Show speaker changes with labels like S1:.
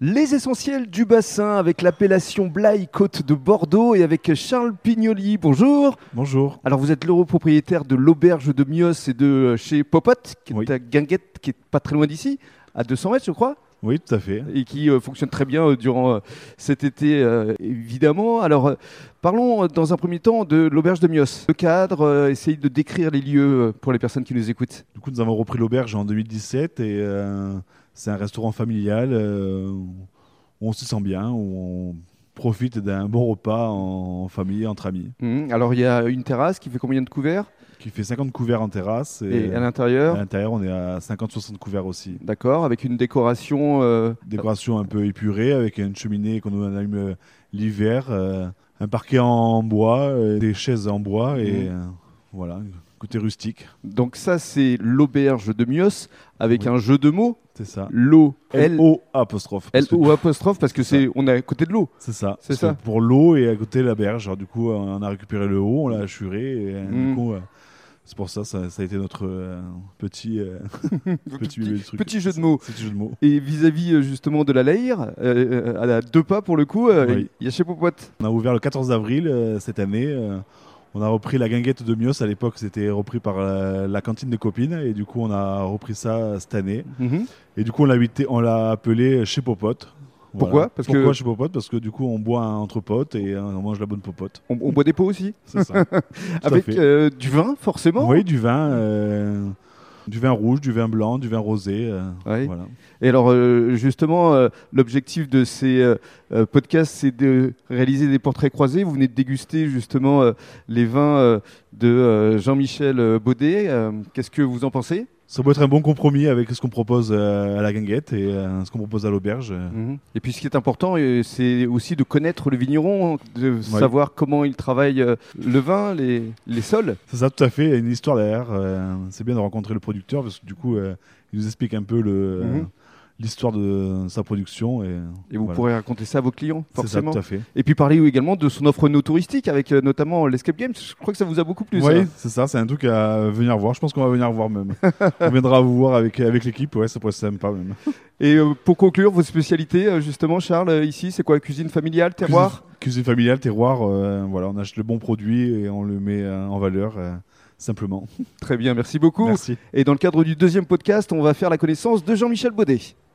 S1: Les essentiels du bassin avec l'appellation Blaye Côte de Bordeaux et avec Charles Pignoli. Bonjour.
S2: Bonjour.
S1: Alors vous êtes l'euro propriétaire de l'auberge de Mios et de euh, chez Popote, qui est
S2: Oui.
S1: à Guinguette, qui est pas très loin d'ici, à 200 mètres je crois,
S2: Oui, tout à fait.
S1: et qui euh, fonctionne très bien euh, durant euh, cet été euh, évidemment. Alors euh, parlons euh, dans un premier temps de l'auberge de Mios. Le cadre, euh, essayez de décrire les lieux euh, pour les personnes qui nous écoutent.
S2: Du coup, nous avons repris l'auberge en 2017 et euh, c'est un restaurant familial euh, où on se sent bien, où on profite d'un bon repas en, en famille, entre amis,
S1: Mhm. Alors il y a une terrasse qui fait combien de couverts
S2: qui fait 50 couverts en terrasse et,
S1: Et à
S2: à
S1: l'intérieur
S2: l'intérieur, on est à 50-60 couverts aussi.
S1: D'accord, avec une décoration. euh,
S2: Décoration un peu épurée avec une cheminée qu'on allume euh, l'hiver, euh, un parquet en bois, euh, des chaises en bois
S1: Mmh.
S2: et euh, voilà, côté rustique,
S1: Donc ça, c'est l'auberge de Mios avec
S2: Oui.
S1: un jeu de mots.
S2: c'est ça.
S1: L'eau. L
S2: L-O apostrophe. parce que-
S1: L-O apostrophe parce que c'est on est à côté de l'eau.
S2: C'est ça.
S1: C'est
S2: Parce que
S1: ça.
S2: Pour l'eau et à côté la berge. Alors, du coup, on a récupéré le haut, on l'a assuré. Et, euh,
S1: Mm.
S2: Du coup, euh, c'est pour ça, ça, ça a été notre euh, petit, euh, petit, bébé truc.
S1: petit jeu de mots.
S2: Petit jeu de mots.
S1: Et vis-à-vis euh, justement de la Laïre, euh, à la deux pas pour le coup, euh, il
S2: Oui.
S1: y a chez Popote.
S2: On a ouvert le 14 avril euh, cette année. euh, on a repris la guinguette de Mios. À l'époque, c'était repris par euh, la cantine des copines. Et du coup, on a repris ça euh, cette année.
S1: Mhm.
S2: Et du coup, on l'a habité- on l'a appelé chez Popote. Voilà.
S1: Pourquoi Parce que-
S2: Pourquoi chez Popote Parce que du coup, on boit un- entre potes et euh, on mange la bonne popote.
S1: on, on boit des pots aussi,
S2: C'est ça. Tout à
S1: avec
S2: fait.
S1: euh, du vin forcément.
S2: Oui, du vin, euh, du vin rouge, du vin blanc, du vin rosé. euh,
S1: Ouais.
S2: voilà.
S1: Et alors euh, justement, euh, l'objectif de ces euh, euh, podcasts, c'est de réaliser des portraits croisés. Vous venez de déguster justement euh, les vins euh, de euh, Jean-Michel euh, Baudet. Euh, Qu'est-ce que vous en pensez
S2: Ça peut être un bon compromis avec ce qu'on propose euh, à la guinguette et euh, ce qu'on propose à l'auberge. euh.
S1: Et puis ce qui est important, euh, c'est aussi de connaître le vigneron, de savoir comment il travaille euh, le vin, les, les sols.
S2: C'est ça, tout à fait. Il y a une histoire derrière. euh, c'est bien de rencontrer le producteur parce que du coup, euh, il nous explique un peu le. euh,
S1: Mhm.
S2: L'histoire de sa production. Et,
S1: Et vous
S2: voilà.
S1: pourrez raconter ça à vos clients,
S2: C'est ça,
S1: forcément.
S2: tout à fait.
S1: Et puis parler également de son offre no touristique avec euh, notamment l'Escape Games. Je crois que ça vous a beaucoup plu. ça.
S2: Oui, c'est ça, c'est un truc à venir voir. Je pense qu'on va venir voir même. On viendra vous voir avec, avec l'équipe, ouais, ça pourrait être sympa même.
S1: Et euh, pour conclure, vos spécialités, euh, justement, Charles, euh, ici, c'est quoi Cuisine familiale, terroir
S2: Cuisine, cuisine familiale, terroir, euh, voilà, on achète le bon produit et on le met euh, en valeur euh, simplement.
S1: Très bien, merci beaucoup.
S2: Merci.
S1: Et dans le cadre du deuxième podcast, on va faire la connaissance de Jean-Michel Baudet.